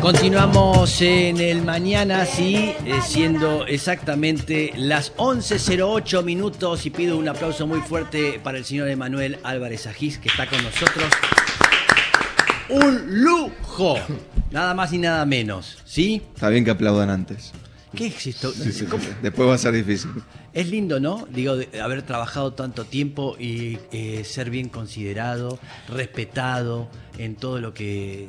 Continuamos en el mañana, sí, eh, siendo exactamente las 11.08 minutos y pido un aplauso muy fuerte para el señor Emanuel Álvarez Agis que está con nosotros. Un lujo, nada más y nada menos, ¿sí? Está bien que aplaudan antes. ¿Qué es esto? Sí, sí, ¿Cómo? sí. Después va a ser difícil. Es lindo, ¿no? Digo, de haber trabajado tanto tiempo y eh, ser bien considerado, respetado en todo lo que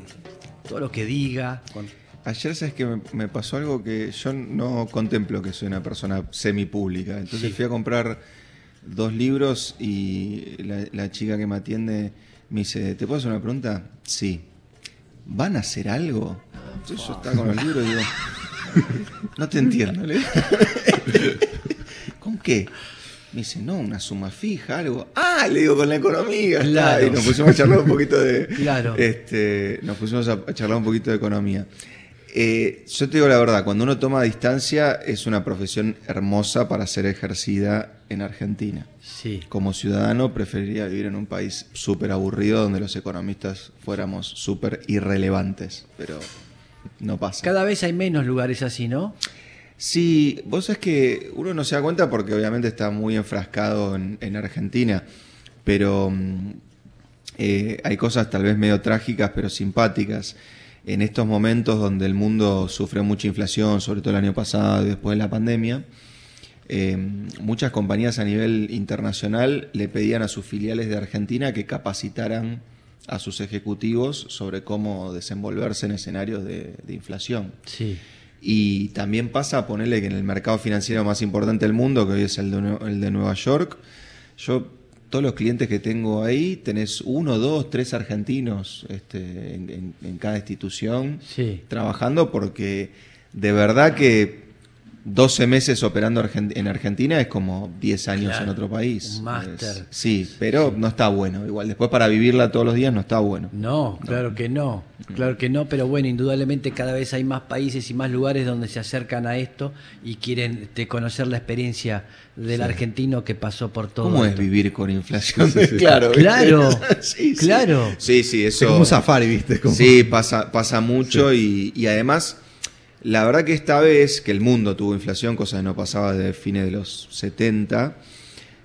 todo lo que diga. con- Ayer sabes que me, me pasó algo que yo no contemplo que soy una persona semipública. Entonces Sí. fui a comprar dos libros y la, la chica que me atiende me dice, ¿te puedo hacer una pregunta? Sí. ¿Van a hacer algo? Entonces yo estaba con los libros y digo, no te entiendo. le digo. ¿Con qué? Me dice, no, una suma fija, algo. Ah, le digo, con la economía. está". Claro. Y nos pusimos a charlar un poquito de... Claro. Este, nos pusimos a a charlar un poquito de economía. Eh, yo te digo la verdad, cuando uno toma distancia es una profesión hermosa para ser ejercida en Argentina. Sí. Como ciudadano preferiría vivir en un país súper aburrido donde los economistas fuéramos súper irrelevantes, pero no pasa. Cada vez hay menos lugares así, ¿no? Sí, vos es que uno no se da cuenta porque obviamente está muy enfrascado en, en Argentina, pero mm, eh, hay cosas tal vez medio trágicas pero simpáticas. En estos momentos donde el mundo sufre mucha inflación, sobre todo el año pasado y después de la pandemia, eh, muchas compañías a nivel internacional le pedían a sus filiales de Argentina que capacitaran a sus ejecutivos sobre cómo desenvolverse en escenarios de- de inflación. Sí. Y también pasa, ponerle que en el mercado financiero más importante del mundo, que hoy es el de, Nue- el de Nueva York, yo, todos los clientes que tengo ahí, tenés uno, dos, tres argentinos este, en, en- en cada institución Sí. trabajando, porque de verdad que 12 meses operando argen- en Argentina es como 10 años Claro, en otro país. un máster. Es- Sí, pero no está bueno. Igual después para vivirla todos los días no está bueno. No, claro que no, claro que no, pero bueno, indudablemente cada vez hay más países y más lugares donde se acercan a esto y quieren este, conocer la experiencia del argentino que pasó por todo. ¿Cómo es esto. vivir con inflación? Sí, sí, sí. Claro, ¿viste? Claro, sí, sí. claro. Sí, sí, Es eso. como un safari, ¿viste? Como- Sí, pasa, pasa mucho y, y además, la verdad que esta vez que el mundo tuvo inflación, cosa que no pasaba desde fines de los 70,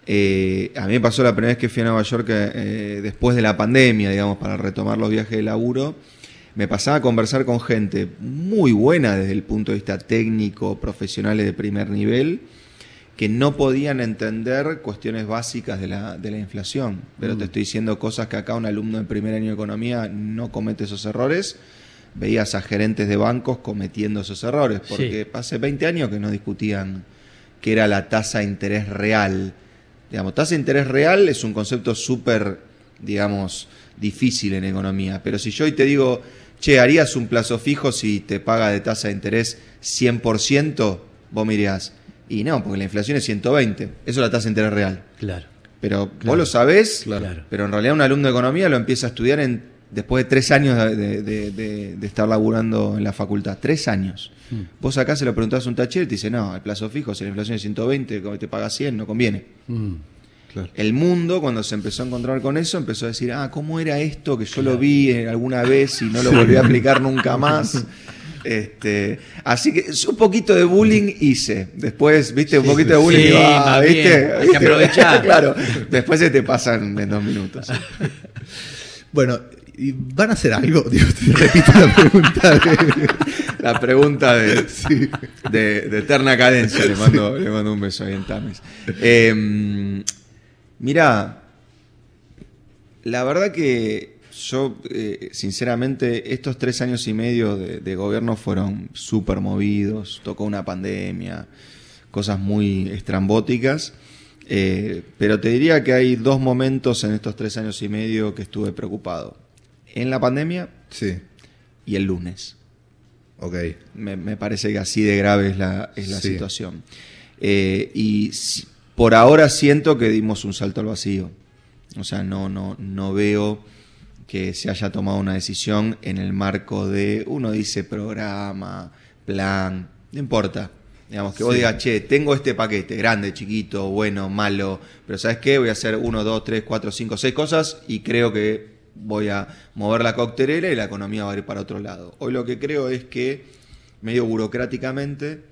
eh, a mí me pasó la primera vez que fui a Nueva York eh, después de la pandemia, digamos, para retomar los viajes de laburo. Me pasaba a conversar con gente muy buena desde el punto de vista técnico, profesionales de primer nivel, que no podían entender cuestiones básicas de la, de la inflación. Pero te estoy diciendo cosas que acá un alumno de primer año de economía no comete esos errores. Veías a gerentes de bancos cometiendo esos errores, Sí. porque hace 20 años que no discutían qué era la tasa de interés real. Digamos, tasa de interés real es un concepto súper, digamos, difícil en economía. Pero si yo hoy te digo, che, harías un plazo fijo si te paga de tasa de interés 100%, vos me dirías, y no, porque la inflación es 120. Eso es la tasa de interés real. Claro, Pero vos lo sabés, Claro. pero en realidad un alumno de economía lo empieza a estudiar en, después de tres años de, de- de- de- de estar laburando en la facultad. Tres años. Vos acá se lo preguntás a un taller y te dice, no, el plazo fijo, si la inflación es 120, como te paga 100, no conviene. Mm, Claro. El mundo, cuando se empezó a encontrar con eso, empezó a decir, ah, ¿cómo era esto que yo lo vi eh, alguna vez y no lo volví a aplicar nunca más? Este, así que un poquito de bullying hice. Después, viste, un poquito de bullying, Sí, digo, ah, más ¿viste? bien, hay que ¿Viste? aprovechar. claro, después se te pasan en dos minutos. Bueno, ¿y ¿van a hacer algo? Digo, te repito la pregunta. La pregunta de, de, de eterna cadencia, le mando, le mando un beso ahí en Tames. Eh, mirá, La verdad que yo, eh, sinceramente, estos tres años y medio de, de gobierno fueron súper movidos, tocó una pandemia, cosas muy estrambóticas, eh, pero te diría que hay dos momentos en estos tres años y medio que estuve preocupado. En la pandemia Sí, y el lunes. ok. Me, me parece que así de grave es la, es la Sí. situación. Eh, y si- por ahora siento que dimos un salto al vacío. O sea, no, no, no veo que se haya tomado una decisión en el marco de, uno dice programa, plan, no importa. Digamos que vos Sí. digas, che, tengo este paquete, grande, chiquito, bueno, malo, pero ¿sabes qué? Voy a hacer uno, dos, tres, cuatro, cinco, seis cosas y creo que voy a mover la coctelera y la economía va a ir para otro lado. Hoy lo que creo es que, medio burocráticamente,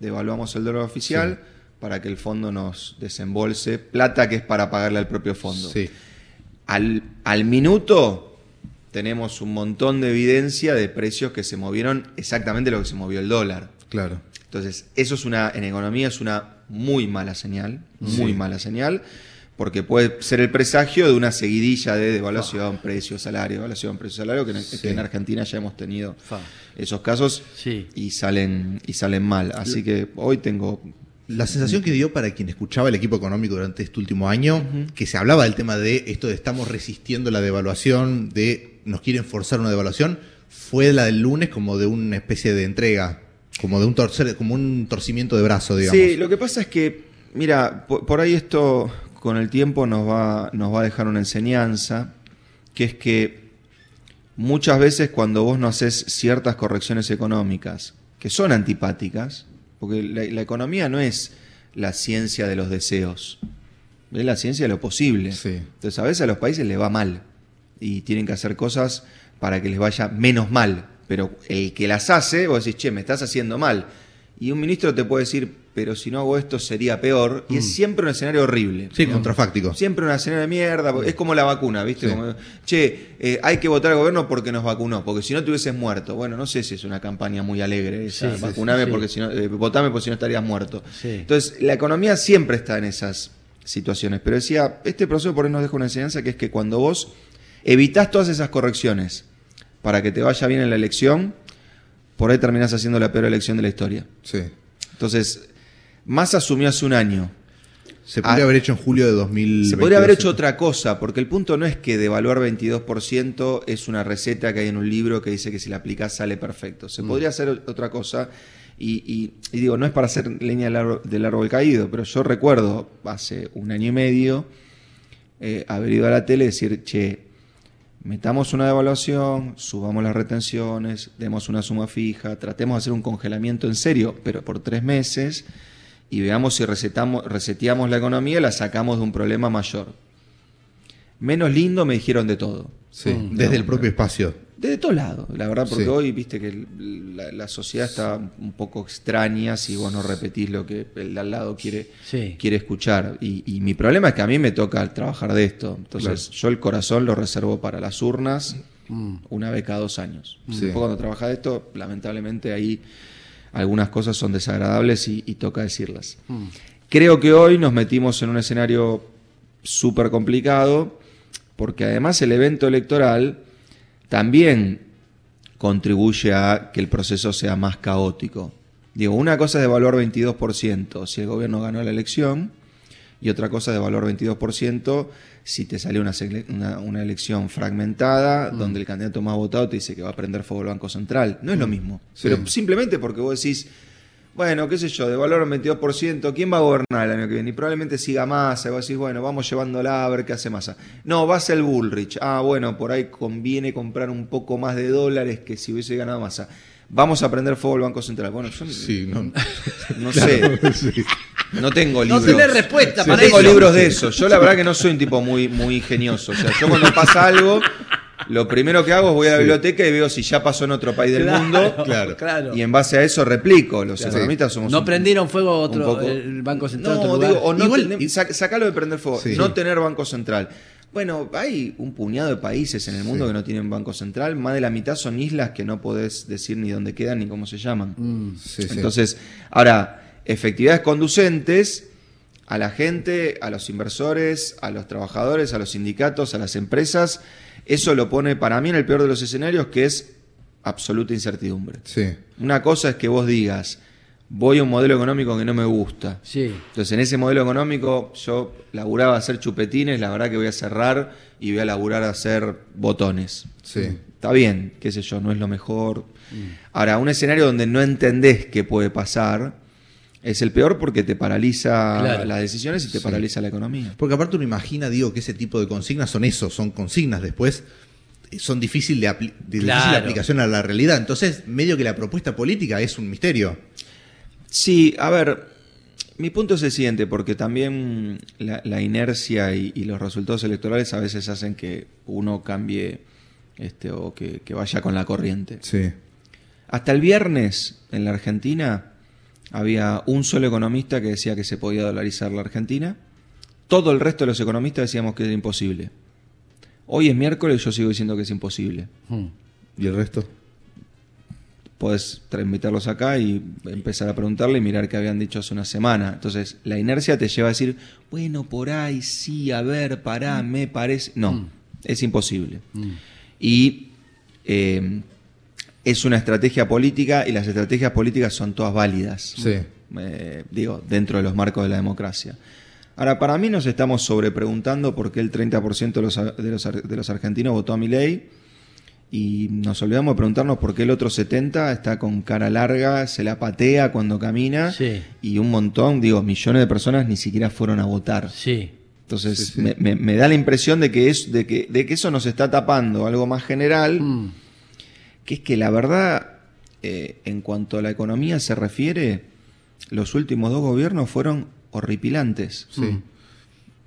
devaluamos el dólar oficial para que el fondo nos desembolse plata que es para pagarle al propio fondo. Sí. Al, al minuto tenemos un montón de evidencia de precios que se movieron exactamente lo que se movió el dólar. Claro. Entonces, eso es una, en economía es una muy mala señal, muy mala señal, porque puede ser el presagio de una seguidilla de devaluación, precio, salario, devaluación, precio, salario, que en, que en Argentina ya hemos tenido Fa. esos casos Sí. y salen, y salen mal. Así que hoy tengo La sensación que dio para quien escuchaba el equipo económico durante este último año, que se hablaba del tema de esto de estamos resistiendo la devaluación, de nos quieren forzar una devaluación, fue la del lunes como de una especie de entrega, como de un torcer, como un torcimiento de brazo, digamos. Sí, lo que pasa es que, mira, po- por, ahí esto con el tiempo nos va, nos va a dejar una enseñanza, que es que muchas veces cuando vos no haces ciertas correcciones económicas, que son antipáticas, porque la, la economía no es la ciencia de los deseos, es la ciencia de lo posible. Sí. Entonces a veces a los países les va mal y tienen que hacer cosas para que les vaya menos mal. Pero el que las hace, vos decís, che, me estás haciendo mal. Y un ministro te puede decir, pero si no hago esto sería peor. Y es siempre un escenario horrible. Sí, contrafáctico. Siempre una escenario de mierda. porque Es como la vacuna, ¿viste? Sí. Como, che, eh, hay que votar al gobierno porque nos vacunó. Porque si no te hubieses muerto. Bueno, no sé si es una campaña muy alegre esa. Sí, sí, vacuname sí, sí. porque si no, eh, votame porque si no estarías muerto. Sí. Entonces, la economía siempre está en esas situaciones. Pero decía, este proceso por ahí nos deja una enseñanza que es que cuando vos evitas todas esas correcciones para que te vaya bien en la elección, por ahí terminás haciendo la peor elección de la historia. Sí. Entonces, Massa asumió hace un año. Se podría Ah. haber hecho en julio de 2000. Se podría haber hecho otra cosa, porque el punto no es que devaluar 22% es una receta que hay en un libro que dice que si la aplicás sale perfecto. Se podría hacer o- otra cosa. Y, y- y digo, no es para hacer leña del árbol, del árbol caído, pero yo recuerdo hace un año y medio eh, haber ido a la tele y decir, che, metamos una devaluación, subamos las retenciones, demos una suma fija, tratemos de hacer un congelamiento en serio, pero por tres meses, y veamos si recetamos, reseteamos la economía y la sacamos de un problema mayor. Menos lindo me dijeron de todo. Sí, Mm. desde el propio espacio. De todos lados, la verdad, porque Sí. hoy viste que el- la, la sociedad está un poco extraña si vos no repetís lo que el de al lado quiere, Sí. quiere escuchar. Y, y mi problema es que a mí me toca trabajar de esto. Entonces, yo el corazón lo reservo para las urnas Mm. una vez cada dos años. Sí. Después cuando trabajas de esto, lamentablemente ahí algunas cosas son desagradables y, y toca decirlas. mm. Creo que hoy nos metimos en un escenario súper complicado, porque además el evento electoral también contribuye a que el proceso sea más caótico. Digo, una cosa es devaluar 22% si el gobierno ganó la elección, y otra cosa de valor 22% si te sale una, sele- una- una elección fragmentada donde el candidato más votado te dice que va a prender fuego el Banco Central. No es lo mismo. Sí. Pero simplemente porque vos decís, bueno, qué sé yo, de valor 22%, ¿quién va a gobernar el año que viene? Y probablemente siga Massa, y vos decís, bueno, vamos llevándola a ver qué hace Massa. No, va a ser Bullrich. Ah, bueno, por ahí conviene comprar un poco más de dólares que si hubiese ganado Massa. Vamos a prender fuego el Banco Central. Bueno, yo Sí, no. no sé, Claro, sí. no tengo No libros. tenés respuesta No para tengo eso. libros de eso. Yo la verdad que no soy un tipo muy, muy ingenioso. O sea, yo cuando pasa algo, lo primero que hago es voy a la biblioteca y veo si ya pasó en otro país del Claro, mundo. claro. claro. Y en base a eso replico. Los economistas somos No un- prendieron fuego un otro, poco- el Banco Central. No, otro lugar. digo, o no Igual- tener- sac- sacalo de prender fuego. Sí. No tener Banco Central. Bueno, hay un puñado de países en el mundo que no tienen Banco Central. Más de la mitad son islas que no podés decir ni dónde quedan ni cómo se llaman. Mm. Sí, sí. Entonces, ahora, efectividades conducentes a la gente, a los inversores, a los trabajadores, a los sindicatos, a las empresas, eso lo pone para mí en el peor de los escenarios, que es absoluta incertidumbre. Sí. Una cosa es que vos digas, voy a un modelo económico que no me gusta. Sí. Entonces, en ese modelo económico, yo laburaba a hacer chupetines, la verdad que voy a cerrar y voy a laburar a hacer botones. Sí. Está bien, qué sé yo, no es lo mejor. Ahora, un escenario donde no entendés qué puede pasar es el peor porque te paraliza Claro. las decisiones y te paraliza la economía. Porque aparte uno imagina, digo, que ese tipo de consignas son eso, son consignas después, eh, son difícil de, apli- de difícil Claro. aplicación a la realidad. Entonces, medio que la propuesta política es un misterio. Sí, a ver, Mi punto es el siguiente, porque también la, la inercia y, y los resultados electorales a veces hacen que uno cambie este, o que, que vaya con la corriente. Sí. Hasta el viernes en la Argentina había un solo economista que decía que se podía dolarizar la Argentina. Todo el resto de los economistas decíamos que era imposible. Hoy es miércoles y yo sigo diciendo que es imposible. Mm. ¿Y el resto? Podés transmitirlos acá y empezar a preguntarle y mirar qué habían dicho hace una semana. Entonces, la inercia te lleva a decir, bueno, por ahí, sí, a ver, pará, me parece. No, es imposible. mm. Y eh, es una estrategia política y las estrategias políticas son todas válidas. Sí. Eh, digo, dentro de los marcos de la democracia. Ahora, para mí nos estamos sobrepreguntando por qué el 30% de los, a- de, los, ar- de los argentinos votó a mi ley y nos olvidamos de preguntarnos por qué el otro 70% está con cara larga, se la patea cuando camina Sí. y un montón, digo, millones de personas ni siquiera fueron a votar. Sí. Entonces, Sí, sí. Me, me- me da la impresión de que, es, de, que, de que eso nos está tapando algo más general Mm. que es que la verdad, eh, en cuanto a la economía se refiere, los últimos dos gobiernos fueron horripilantes. Sí.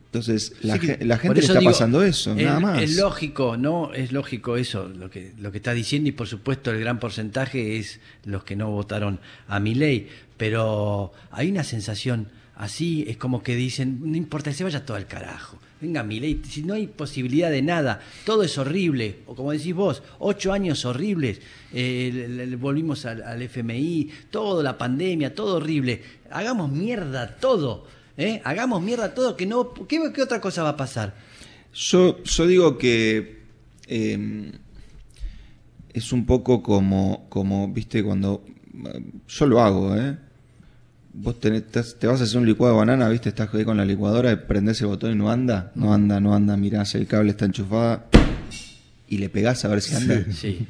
Entonces, la, Sí, que- ge- la por gente le eso está digo, pasando eso, es- nada más. Es lógico, ¿no? Es lógico eso, lo que, lo que está diciendo, y por supuesto el gran porcentaje es los que no votaron a mi ley. Pero hay una sensación así, es como que dicen, no importa, se vaya todo al carajo. Venga, mi ley, si no hay posibilidad de nada, todo es horrible, o como decís vos, ocho años horribles, eh, el- el- volvimos al, al FMI, toda la pandemia, todo horrible, hagamos mierda todo, ¿eh? hagamos mierda todo, que no, ¿qué, qué otra cosa va a pasar? Yo, yo digo que eh, es un poco como, como, viste, cuando eh, yo lo hago, ¿eh? Vos tenés- estás- te vas a hacer un licuado de banana, viste, estás ahí con la licuadora, y prendés el botón y no anda, no anda, no anda, mirás, el cable está enchufada y le pegás a ver si anda. Sí.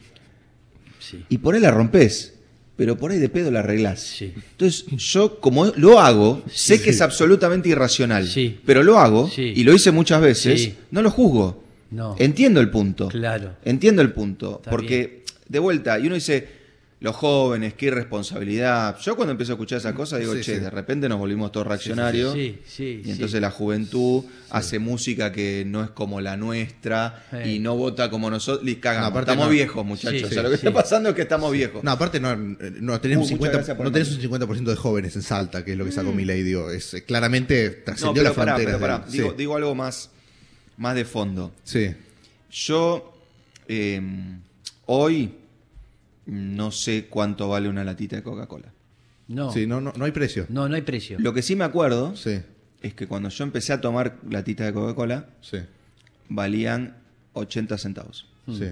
Sí. Y por ahí la rompes, pero por ahí de pedo la arreglás. Sí. Entonces, yo como lo hago, sé Sí. que es absolutamente irracional, Sí. pero lo hago Sí. y lo hice muchas veces, Sí. no lo juzgo. No. Entiendo el punto. Claro. Entiendo el punto. Está porque, bien. de vuelta, y uno dice, los jóvenes, qué irresponsabilidad. Yo cuando empiezo a escuchar esa cosa digo, Sí, che, sí. de repente nos volvimos todos reaccionarios. Sí, sí, Y entonces sí. la juventud hace música que no es como la nuestra Sí. y no vota como nosotros. Y cagamos. No, aparte estamos no. viejos, muchachos. Sí, o sea, sí, lo que está sí. pasando es que estamos viejos. No, aparte no, no Uh, tenés, un muchas 50, gracias por no el tenés un 50% de jóvenes en Salta, que es lo que sacó mi ley, digo. Es, eh, claramente No, trascendió pero la pará, frontera. pero pará. del- Digo, sí, digo algo más, más de fondo. sí. Yo eh, hoy no sé cuánto vale una latita de Coca-Cola. No. Sí, no, no, no hay precio. No, no hay precio. Lo que sí me acuerdo Sí, es que cuando yo empecé a tomar latitas de Coca-Cola, sí, valían 80 centavos. sí.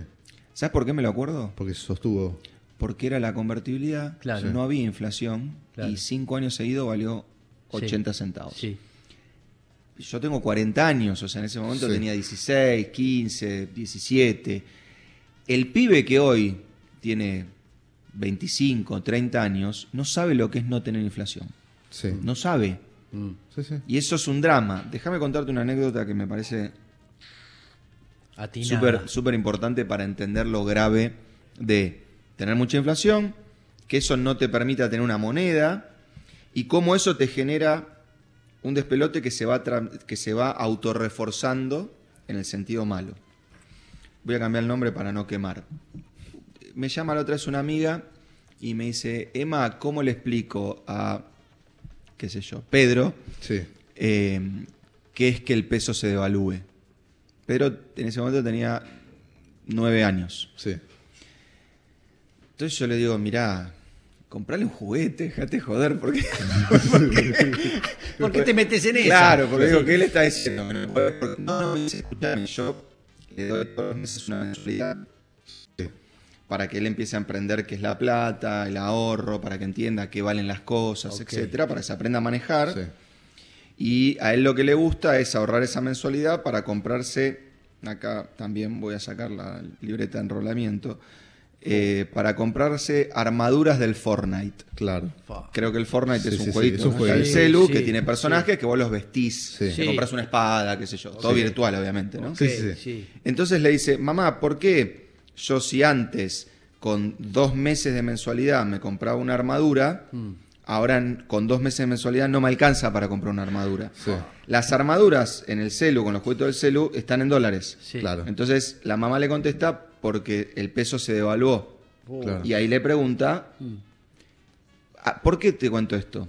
¿Sabes por qué me lo acuerdo? Porque sostuvo. Porque era la convertibilidad, Claro. no había inflación Claro. y cinco años seguidos valió 80 centavos. Sí. Yo tengo 40 años, o sea, en ese momento Sí. tenía 16, 15, 17. El pibe que hoy tiene 25, 30 años, no sabe lo que es no tener inflación. Sí. No sabe. Mm. Sí, sí. Y eso es un drama. Déjame contarte una anécdota que me parece A ti nada. súper súper importante para entender lo grave de tener mucha inflación, que eso no te permita tener una moneda y cómo eso te genera un despelote que se va, tra- que se va autorreforzando en el sentido malo. Voy a cambiar el nombre para no quemar. Me llama la otra vez una amiga y me dice, Emma, ¿cómo le explico a, qué sé yo, Pedro, Sí. eh, que es que el peso se devalúe. Pero en ese momento tenía nueve años. Sí. Entonces yo le digo, mirá, comprale un juguete, déjate joder, porque... ¿Por qué te metes en eso? claro, porque digo, ¿qué le está diciendo? Me lo puede- porque- No, no, me dice, escuchame, yo le doy todos los meses una mensualidad Sí. para que él empiece a emprender qué es la plata, el ahorro, para que entienda qué valen las cosas, Ok. etcétera, para que se aprenda a manejar. Sí. Y a él lo que le gusta es ahorrar esa mensualidad para comprarse, acá también voy a sacar la libreta de enrolamiento, eh, para comprarse armaduras del Fortnite. Claro. Fa. Creo que el Fortnite Sí, es sí, un sí, jueguito es un ¿no? jueguito. el celu Sí, que sí, tiene personajes que vos los vestís, Sí. te Sí. compras una espada, qué sé yo, todo Sí. virtual obviamente, ¿no? Ok, Sí, sí, sí. Entonces le dice, mamá, ¿por qué Mm. yo si antes con dos meses de mensualidad me compraba una armadura, ahora n- con dos meses de mensualidad no me alcanza para comprar una armadura. Sí. Las armaduras en el celu, con los juguetes del celu, están en dólares. Sí. Claro. Entonces la mamá le contesta porque el peso se devaluó. Oh. Claro. Y ahí le pregunta, Mm. "Ah, ¿por qué te cuento esto?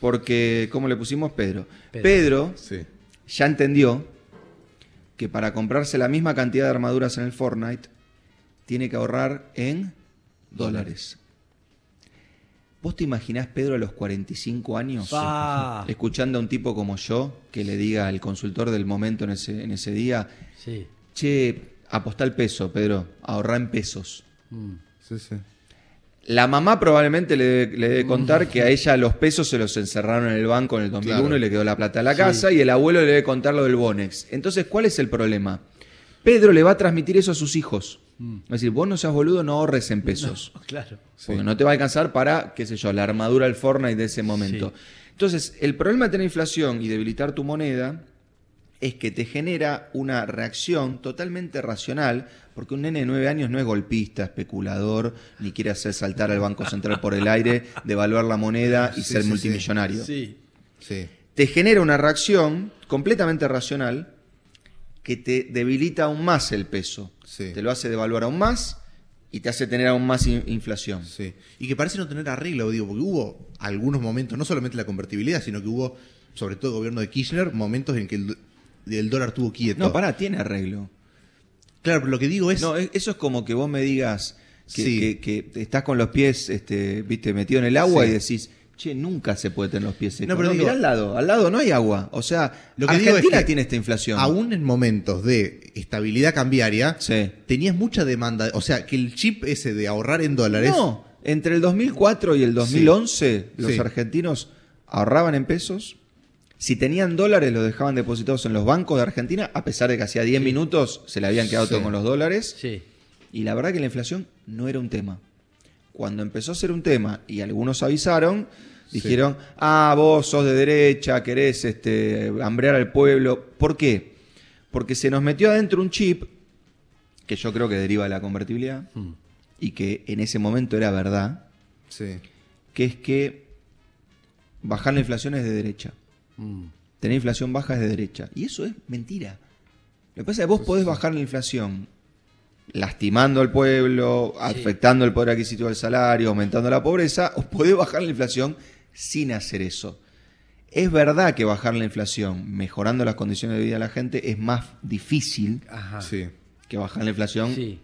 Porque, ¿cómo le pusimos Pedro? Pedro. Pedro Sí. ya entendió que para comprarse la misma cantidad de armaduras en el Fortnite, tiene que ahorrar en dólares. ¿Vos te imaginás, Pedro, a los 45 años, Pa. escuchando a un tipo como yo, que le diga al consultor del momento en ese, en ese día, Sí. che, apostá el peso, Pedro, ahorrá en pesos? Mm. Sí, sí. La mamá probablemente le debe, le debe contar que a ella los pesos se los encerraron en el banco en el 2001 Claro. y le quedó la plata a la casa y el abuelo le debe contar lo del Bonex. Entonces, ¿cuál es el problema? Pedro le va a transmitir eso a sus hijos. Es decir, vos no seas boludo, no ahorres en pesos. Claro. Porque no te va a alcanzar para, qué sé yo, la armadura del Fortnite de ese momento. Entonces, el problema de tener inflación y debilitar tu moneda es que te genera una reacción totalmente racional, porque un nene de 9 años no es golpista, especulador, ni quiere hacer saltar al Banco Central por el aire, devaluar la moneda y Sí, ser sí, sí. multimillonario. Sí. Sí. Te genera una reacción completamente racional que te debilita aún más el peso. Sí. Te lo hace devaluar aún más y te hace tener aún más in- inflación. Sí. Y que parece no tener arreglo, digo, porque hubo algunos momentos, no solamente la convertibilidad, sino que hubo, sobre todo el gobierno de Kirchner, momentos en que el, el dólar estuvo quieto. No, pará, tiene arreglo. Claro, pero lo que digo es. No, e- eso es como que vos me digas que, Sí. que- que estás con los pies, este, viste, metido en el agua Sí. y decís, che, nunca se puede tener los pies secos. No, pero digo- mirá al lado, al lado no hay agua. O sea, Lo que digo Argentina es que tiene esta inflación. Aún en momentos de estabilidad cambiaria, Sí. tenías mucha demanda. O sea, que el chip ese de ahorrar en dólares. No, entre el 2004 y el 2011 los Sí. argentinos ahorraban en pesos. Si tenían dólares, los dejaban depositados en los bancos de Argentina, a pesar de que hacía 10 minutos se le habían quedado Sí. todo con los dólares. Sí. Y la verdad que la inflación no era un tema. Cuando empezó a ser un tema y algunos avisaron, Sí. dijeron, ah, vos sos de derecha, querés este, hambrear al pueblo. ¿Por qué? Porque se nos metió adentro un chip, que yo creo que deriva de la convertibilidad, Mm. y que en ese momento era verdad, Sí. que es que bajar la inflación es de derecha. Mm. Tener inflación baja es de derecha. Y eso es mentira. Lo que pasa es que vos podés bajar la inflación lastimando al pueblo, afectando el poder adquisitivo del salario, aumentando la pobreza, o podés bajar la inflación sin hacer eso. Es verdad que bajar la inflación mejorando las condiciones de vida de la gente es más difícil Ajá. Sí. que bajar la inflación Sí.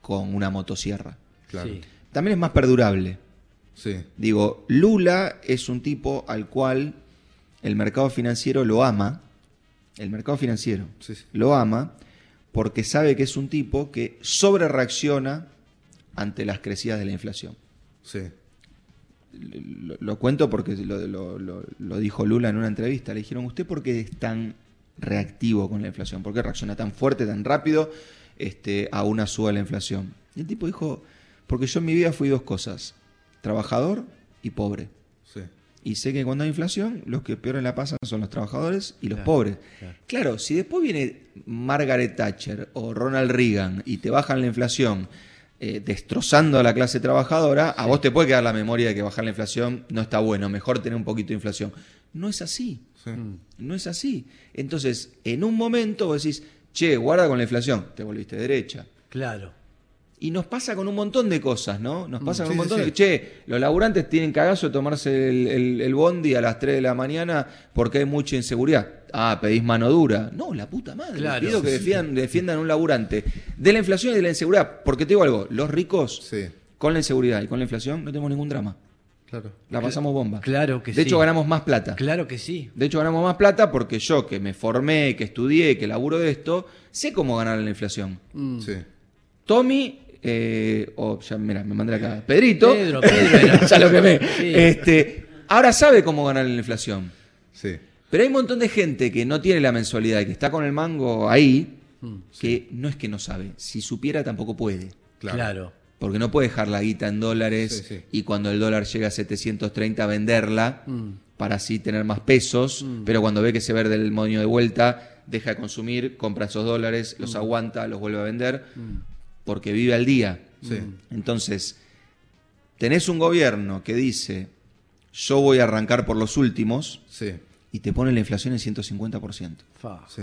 con una motosierra. Claro. Sí. También es más perdurable. Sí. Digo, Lula es un tipo al cual el mercado financiero lo ama. El mercado financiero Sí, sí. lo ama porque sabe que es un tipo que sobre reacciona ante las crecidas de la inflación. Sí. Lo, lo cuento porque lo, lo- lo- lo dijo Lula en una entrevista. Le dijeron, ¿usted por qué es tan reactivo con la inflación? ¿Por qué reacciona tan fuerte, tan rápido este, a una suba de la inflación? Y el tipo dijo, porque yo en mi vida fui dos cosas, trabajador y pobre. Sí. Y sé que cuando hay inflación, los que peor la pasan son los trabajadores y los Claro, pobres. claro. Claro. si después viene Margaret Thatcher o Ronald Reagan y te bajan la inflación eh, destrozando a la clase trabajadora, a vos te puede quedar la memoria de que bajar la inflación no está bueno, mejor tener un poquito de inflación. No es así. Sí. No es así. Entonces, en un momento vos decís, che, guarda con la inflación, te volviste derecha. Claro. Y nos pasa con un montón de cosas, ¿no? Nos pasa con Mm, un sí, sí, montón de... sí. Che, los laburantes tienen cagazo de tomarse el, el- el bondi a las 3 de la mañana porque hay mucha inseguridad. Ah, pedís mano dura. No, la puta madre. Claro. Pido que Sí, sí. defiendan, defiendan a un laburante. De la inflación y de la inseguridad. Porque te digo algo, los ricos Sí. con la inseguridad y con la inflación no tenemos ningún drama. Claro. La pasamos bomba. claro que de sí. De hecho, ganamos más plata. Claro que sí. De hecho, ganamos más plata porque yo, que me formé, que estudié, que laburo de esto, sé cómo ganar la inflación. Sí. Tommy, eh, o ya, mira, me mandé acá, Pedrito, Pedro, Pedro era. ya lo quemé, Sí. este, ahora sabe cómo ganar en la inflación. Sí. Pero hay un montón de gente que no tiene la mensualidad y que está con el mango ahí, Mm, que no es que no sabe, si supiera tampoco puede. Claro. Porque no puede dejar la guita en dólares Sí, sí. y cuando el dólar llega a 730 venderla Mm. para así tener más pesos, pero cuando ve que se verde el moño de vuelta, deja de consumir, compra esos dólares, Mm. los aguanta, los vuelve a vender, porque vive al día. Sí. Entonces, tenés un gobierno que dice, yo voy a arrancar por los últimos Sí, y te ponen la inflación en 150%. Fa, sí.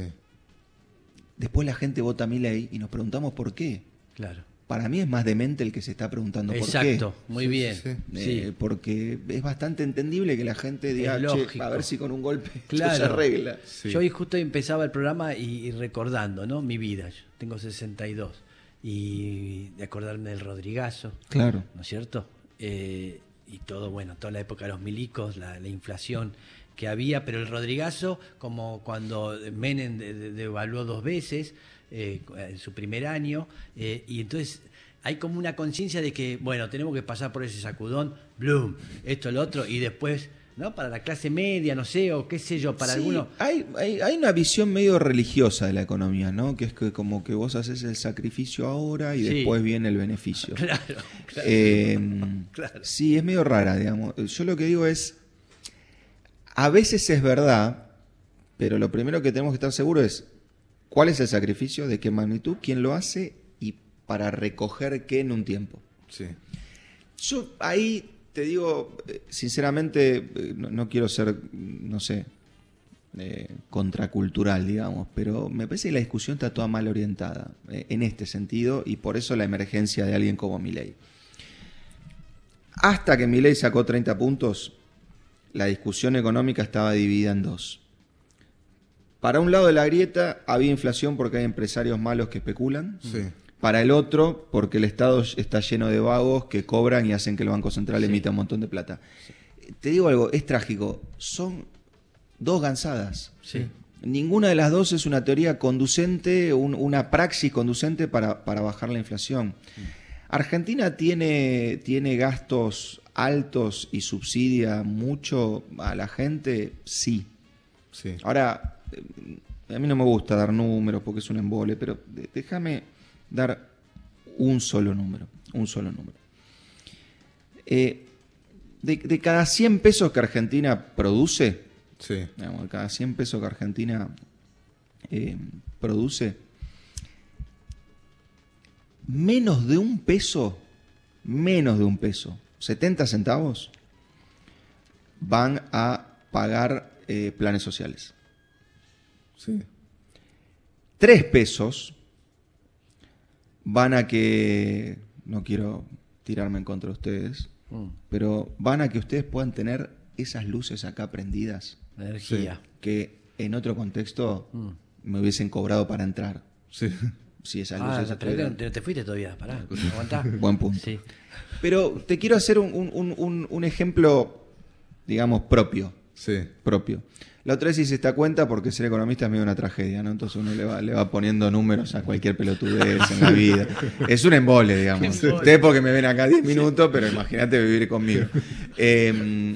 Después la gente vota a Milei y nos preguntamos por qué. claro. Para mí es más demente el que se está preguntando Exacto, muy Sí, bien. sí, por qué. Sí. Eh, Porque es bastante entendible que la gente diga, Es "Che, lógico. a ver si con un golpe esto Claro. se arregla. Sí. Yo hoy justo empezaba el programa y, y recordando, ¿no? Mi vida. Yo tengo 62. Y de acordarme del Rodrigazo, Claro. ¿no es cierto? Eh, y todo, bueno, toda la época de los milicos, la, la inflación que había, pero el Rodrigazo, como cuando Menem de- de- devaluó dos veces eh, en su primer año, eh, y entonces hay como una conciencia de que, bueno, tenemos que pasar por ese sacudón, bloom, esto, lo otro, y después, ¿no? Para la clase media, no sé, o qué sé yo, para Sí, algunos. Hay, hay, hay una visión medio religiosa de la economía, ¿no? Que es que como que vos haces el sacrificio ahora y Sí. después viene el beneficio. Claro, claro. Eh, Claro. Sí, es medio rara, digamos. Yo lo que digo es, a veces es verdad, pero lo primero que tenemos que estar seguros es cuál es el sacrificio, de qué magnitud, quién lo hace y para recoger qué en un tiempo. Sí. Yo ahí te digo, eh, sinceramente, eh, no, no quiero ser, no sé, eh, contracultural, digamos, pero me parece que la discusión está toda mal orientada eh, en este sentido y por eso la emergencia de alguien como Milei. Hasta que Milei sacó 30 puntos, la discusión económica estaba dividida en dos. Para un lado de la grieta había inflación porque hay empresarios malos que especulan. Sí. Para el otro, porque el Estado está lleno de vagos que cobran y hacen que el Banco Central emita un montón de plata. Te digo algo, es trágico. Son dos gansadas. Sí. Ninguna de las dos es una teoría conducente, un- una praxis conducente para, para bajar la inflación. Argentina tiene, tiene gastos altos y subsidia mucho a la gente, sí. Sí. Ahora, eh, a mí no me gusta dar números porque es un embole, pero de- déjame dar un solo número. Un solo número. Eh, de, de cada 100 pesos que Argentina produce, Sí. digamos, de cada 100 pesos que Argentina eh, produce, menos de un peso, menos de un peso, 70 centavos, van a pagar eh, planes sociales. Sí. 3 pesos van a que, no quiero tirarme en contra de ustedes, Mm. pero van a que ustedes puedan tener esas luces acá prendidas Energía. que en otro contexto Mm. me hubiesen cobrado para entrar. Sí. Si esas Ah, luces pero estuvieran- te, te fuiste todavía, pará, aguantá. Buen punto. Sí. Pero te quiero hacer un, un- un- un- un ejemplo, digamos, propio. Sí. propio. La otra vez hice esta cuenta porque ser economista es medio una tragedia, ¿no? Entonces uno le va, le va poniendo números a cualquier pelotudez en la vida. Es un embole, digamos. Embole. Ustedes porque me ven acá 10 minutos, pero imagínate vivir conmigo. Eh,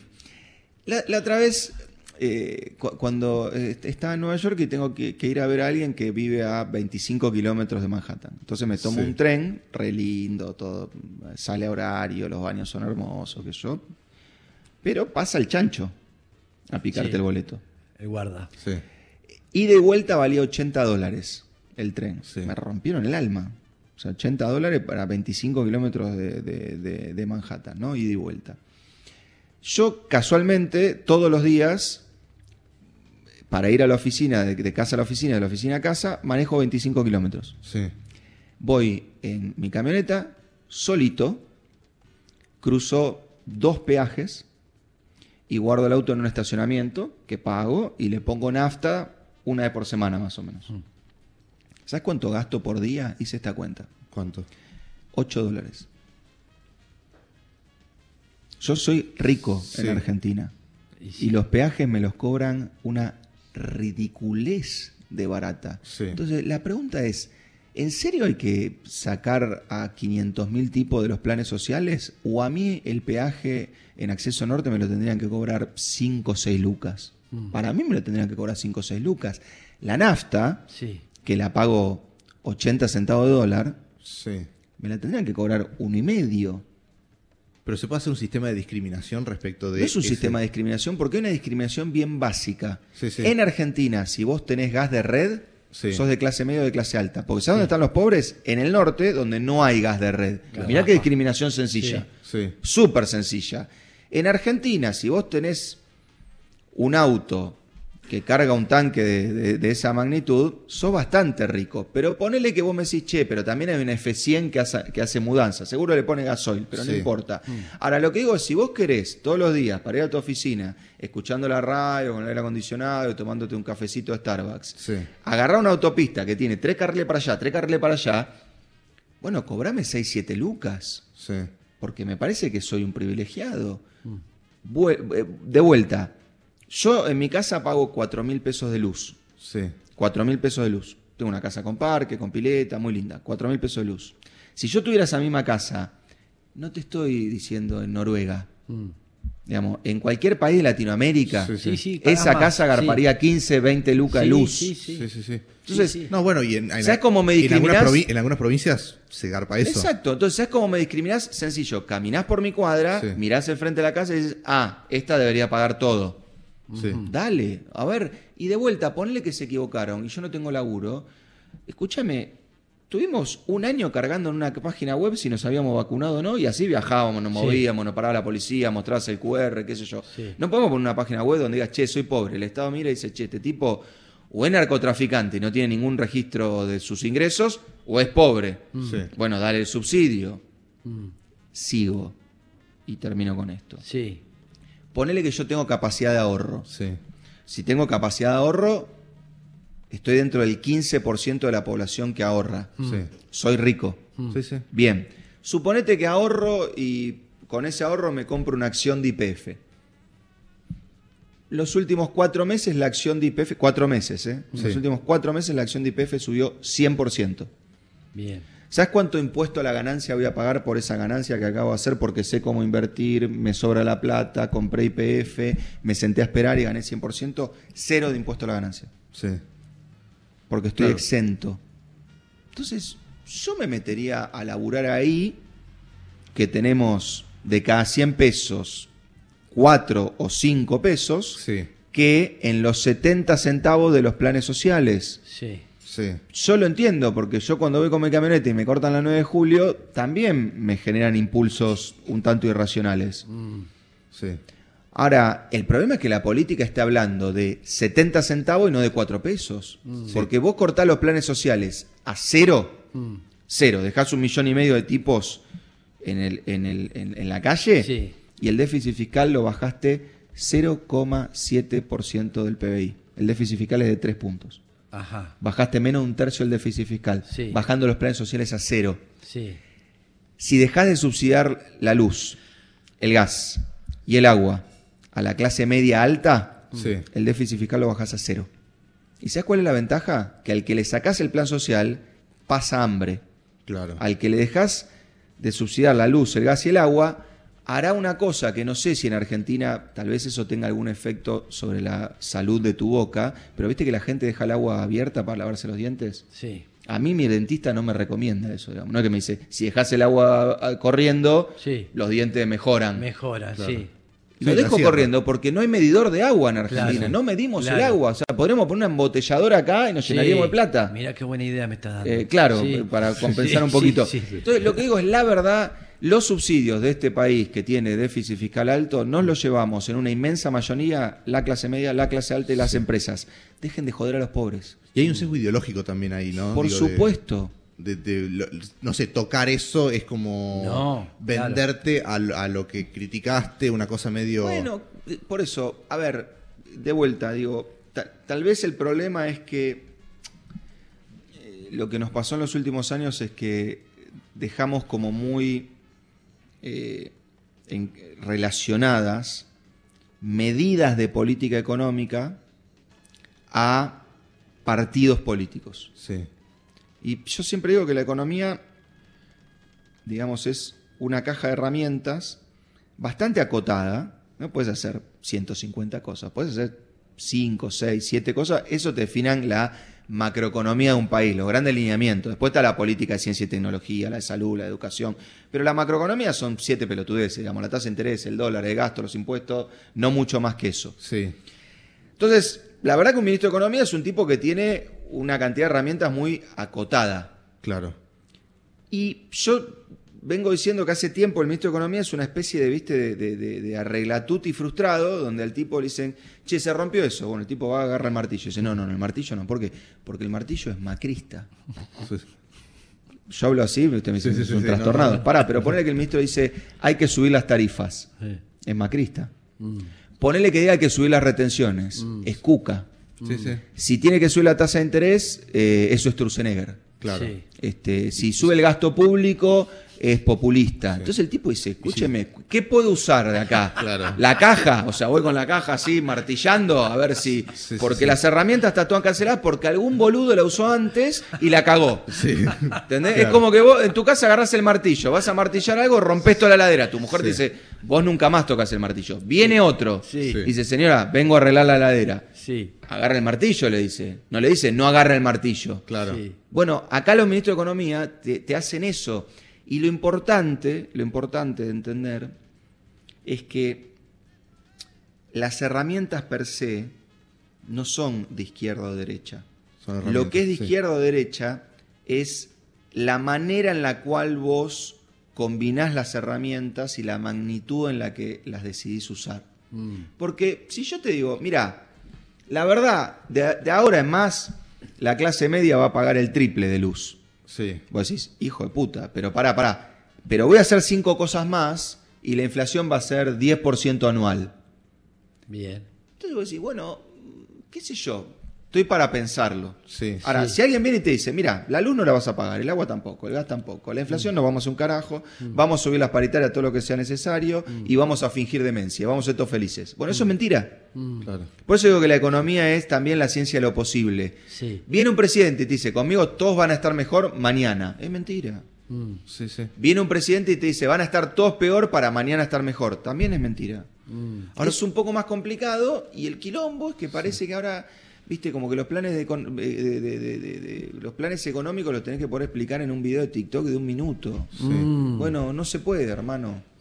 la, la otra vez, eh, cu- cuando eh, estaba en Nueva York y tengo que, que ir a ver a alguien que vive a 25 kilómetros de Manhattan. Entonces me tomo Sí. un tren, re lindo, todo, sale a horario, los baños son hermosos, que yo. Pero pasa el chancho a picarte Sí. el boleto. El eh, guarda. Sí. Y de vuelta valía 80 dólares el tren. Sí. Me rompieron el alma. O sea, 80 dólares para 25 kilómetros de, de- de- de Manhattan, ¿no? Ida Y de vuelta. Yo casualmente, todos los días, para ir a la oficina, de, de casa a la oficina, de la oficina a casa, manejo 25 kilómetros. Sí. Voy en mi camioneta, solito, cruzo dos peajes y guardo el auto en un estacionamiento que pago y le pongo nafta una vez por semana más o menos. ¿Sabes cuánto gasto por día? Hice esta cuenta. ¿Cuánto? 8 dólares. Yo soy rico Sí. en Argentina Y y los peajes me los cobran una ridiculez de barata. Sí. Entonces, la pregunta es, ¿en serio hay que sacar a 500.000 tipos de los planes sociales? ¿O a mí el peaje en acceso norte me lo tendrían que cobrar 5 o 6 lucas? Para mí me lo tendrían que cobrar 5 o 6 lucas. La nafta, Sí. que la pago 80 centavos de dólar, Sí. me la tendrían que cobrar uno y medio. Pero se puede hacer un sistema de discriminación respecto de. No es un ese- sistema de discriminación, porque hay una discriminación bien básica. Sí, sí. En Argentina, si vos tenés gas de red, Sí. sos de clase media o de clase alta. Porque ¿sabes dónde están los pobres? En el norte, donde no hay gas de red. Mirá qué discriminación sencilla. Sí. Súper sencilla. En Argentina, si vos tenés un auto que carga un tanque de, de- de esa magnitud, sos bastante rico. Pero ponele que vos me decís, che, pero también hay una F100 que hace, que hace mudanza. Seguro le pone gasoil, pero no Sí. importa. Ahora, lo que digo es, si vos querés todos los días para ir a tu oficina, escuchando la radio, con el aire acondicionado, tomándote un cafecito a Starbucks, Sí. agarrar una autopista que tiene tres carriles para allá, tres carriles para allá, bueno, cobrame 6, 7 lucas Sí. porque me parece que soy un privilegiado. Mm. Vuel- eh, De vuelta, yo en mi casa pago 4 mil pesos de luz. Sí. 4 mil pesos de luz. Tengo una casa con parque, con pileta, muy linda. 4 mil pesos de luz. Si yo tuviera esa misma casa, no te estoy diciendo en Noruega. Digamos, en cualquier país de Latinoamérica, Sí, Sí, sí, pagas esa más, casa garparía 15, 20 lucas de Sí, luz. sí, Sí, sí, sí. Entonces, Sí, sí. No, bueno, y en, en- ¿Sabes cómo me en algunas, discriminás? provi- en algunas provincias se garpa eso. Exacto. Entonces, ¿sabes cómo me discriminás? Sencillo. Caminás por mi cuadra, Sí. mirás el frente de la casa y dices, ah, esta debería pagar todo. Sí. Mm. Dale, a ver. Y de vuelta, ponle que se equivocaron y yo no tengo laburo. Escúchame, tuvimos un año cargando en una página web si nos habíamos vacunado o no, y así viajábamos, nos Sí. movíamos, nos paraba la policía, mostrabas el QR, qué sé yo. Sí. No podemos poner una página web donde digas, che, soy pobre. El Estado mira y dice, che, este tipo o es narcotraficante y no tiene ningún registro de sus ingresos, o es pobre. Sí. Bueno, dale el subsidio. Mm. Sigo. Y termino con esto. Sí. Ponele que yo tengo capacidad de ahorro. Sí. Si tengo capacidad de ahorro, estoy dentro del 15% de la población que ahorra. Sí. Soy rico. Sí, sí. Bien. Suponete que ahorro y con ese ahorro me compro una acción de IPF. Los últimos cuatro meses la acción de IPF, cuatro meses, ¿eh? Los Sí. últimos cuatro meses la acción de IPF subió 100%. Bien. ¿Sabes cuánto impuesto a la ganancia voy a pagar por esa ganancia que acabo de hacer? Porque sé cómo invertir, me sobra la plata, compré IPF, me senté a esperar y gané 100%, cero de impuesto a la ganancia. Sí. Porque estoy Claro. exento. Entonces, yo me metería a laburar ahí, que tenemos de cada 100 pesos, 4 o 5 pesos, Sí. que en los 70 centavos de los planes sociales. Sí. Sí. Yo lo entiendo, porque yo cuando voy con mi camioneta y me cortan la 9 de julio, también me generan impulsos un tanto irracionales. Mm. Sí. Ahora, el problema es que la política está hablando de 70 centavos y no de 4 pesos. Porque vos cortás los planes sociales a cero, Mm. cero, dejás un millón y medio de tipos en, el, en, el- en- en la calle Sí. y el déficit fiscal lo bajaste 0,7% del PBI. El déficit fiscal es de 3 puntos. Ajá. Bajaste menos de un tercio el déficit fiscal, Sí. bajando los planes sociales a cero. Sí. Si dejas de subsidiar la luz, el gas y el agua a la clase media alta, Sí. el déficit fiscal lo bajas a cero. ¿Y sabes cuál es la ventaja? Que al que le sacás el plan social, pasa hambre. Claro. Al que le dejas de subsidiar la luz, el gas y el agua, hará una cosa que no sé si en Argentina tal vez eso tenga algún efecto sobre la salud de tu boca, pero viste que la gente deja el agua abierta para lavarse los dientes. Sí. A mí mi dentista no me recomienda eso, digamos. No es que me dice, si dejas el agua ah, corriendo, Sí. los dientes mejoran. Mejora, Claro. sí. Lo Sí, la dejo cierra. corriendo porque no hay medidor de agua en Argentina. Claro. No medimos el Claro. agua. O sea, podríamos poner una embotelladora acá y nos llenaríamos de plata. Mira qué buena idea me estás dando. Eh, claro, Sí. para compensar Sí, un poquito. sí, sí. Entonces, lo que digo es la verdad, los subsidios de este país que tiene déficit fiscal alto, nos los llevamos en una inmensa mayoría, la clase media, la clase alta y las empresas. Dejen de joder a los pobres. Y hay un sesgo ideológico también ahí, ¿no? Por Digo, de- supuesto. de- de lo- no sé, tocar eso es como No, venderte a lo- a, lo que criticaste, una cosa medio... Bueno, eh, por eso, a ver, de vuelta, digo, ta- tal vez el problema es que eh, lo que nos pasó en los últimos años es que dejamos como muy eh, en- relacionadas medidas de política económica a partidos políticos. Sí, Y yo siempre digo que la economía, digamos, es una caja de herramientas bastante acotada. No puedes hacer 150 cosas, puedes hacer 5, 6, 7 cosas. Eso te definan la macroeconomía de un país, los grandes lineamientos. Después está la política de ciencia y tecnología, la de salud, la de educación. Pero la macroeconomía son siete pelotudeces, digamos, la tasa de interés, el dólar, el gasto, los impuestos, no mucho más que eso. sí, Entonces, la verdad que un ministro de Economía es un tipo que tiene una cantidad de herramientas muy acotada. claro. Y yo vengo diciendo que hace tiempo el ministro de Economía es una especie de, viste, de, de, de, de arreglatuti frustrado, donde al tipo le dicen, che, se rompió eso. Bueno, el tipo va, agarra el martillo. Y dice, no, no, no, el martillo no. ¿Por qué? Porque el martillo es macrista. Yo hablo así, usted me dice, Sí, sí, es sí, un sí, trastornado. no, no. Pará, pero ponele que el ministro dice, hay que subir las tarifas. Sí. Es macrista. Mm. Ponele que diga que subir las retenciones. Mm. Es cuca. Sí, Mm. sí. Si tiene que subir la tasa de interés, eh, eso es Sturzenegger. Claro. Sí. Este, si sube el gasto público, es populista. Entonces el tipo dice, escúcheme, ¿qué puedo usar de acá? Claro. La caja, o sea, voy con la caja así, martillando, a ver si... Sí, sí, porque sí. las herramientas están todas canceladas porque algún boludo la usó antes y la cagó. Sí. ¿Entendés? Es Claro. como que vos en tu casa agarrás el martillo, vas a martillar algo, rompes toda la ladera. Tu mujer Sí. te dice, vos nunca más tocas el martillo. Viene otro. Sí. Sí. Dice, señora, vengo a arreglar la ladera. Sí, Agarra el martillo, le dice. No le dice, no agarra el martillo. Claro. sí. Bueno, acá los ministros de Economía te, te hacen eso. Y lo importante, lo importante de entender es que las herramientas per se no son de izquierda o derecha. Son Lo herramientas, que es de sí. izquierda o derecha es la manera en la cual vos combinás las herramientas y la magnitud en la que las decidís usar. Mm. Porque si yo te digo, mira, la verdad, de, de ahora en más, la clase media va a pagar el triple de luz. Sí. Vos decís, hijo de puta, pero pará, pará. Pero voy a hacer cinco cosas más y la inflación va a ser 10% anual. Bien. Entonces vos decís, bueno, qué sé yo, estoy para pensarlo. Sí. Ahora, si alguien viene y te dice, mira, la luz no la vas a pagar, el agua tampoco, el gas tampoco, la inflación no vamos a un carajo, vamos a subir las paritarias todo lo que sea necesario y vamos a fingir demencia, vamos a ser todos felices. Bueno, eso es mentira. Claro. Por eso digo que la economía es también la ciencia de lo posible. Sí. Viene un presidente y te dice, conmigo todos van a estar mejor mañana. Es mentira. Mm. Sí, sí. Viene un presidente y te dice, van a estar todos peor para mañana estar mejor. También es mentira. Mm. Ahora es un poco más complicado y el quilombo es que parece que ahora, viste, como que los planes, de, econ- eh, de- de- de- de- de- los planes económicos los tenés que poder explicar en un video de TikTok de un minuto. Sí. Mm. Bueno, no se puede, hermano.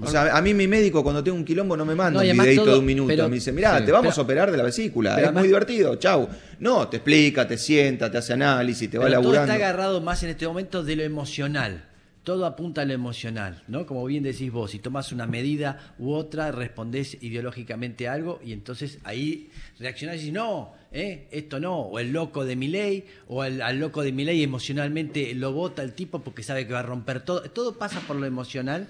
O sea, a mí mi médico cuando tengo un quilombo no me manda No, y un además videito todo- de un minuto. pero- me dice, mirá, sí. te vamos Pero- a operar de la vesícula. Es pero además- muy divertido, chau. No, te explica, te sienta, te hace análisis, te va Pero laburando. Todo está agarrado más en este momento de lo emocional. Todo apunta a lo emocional, ¿no? Como bien decís vos, si tomás una medida u otra, respondés ideológicamente a algo y entonces ahí reaccionás y decís, no, ¿eh? esto no, o el loco de mi ley, o al, al loco de mi ley emocionalmente lo vota el tipo porque sabe que va a romper todo. Todo pasa por lo emocional.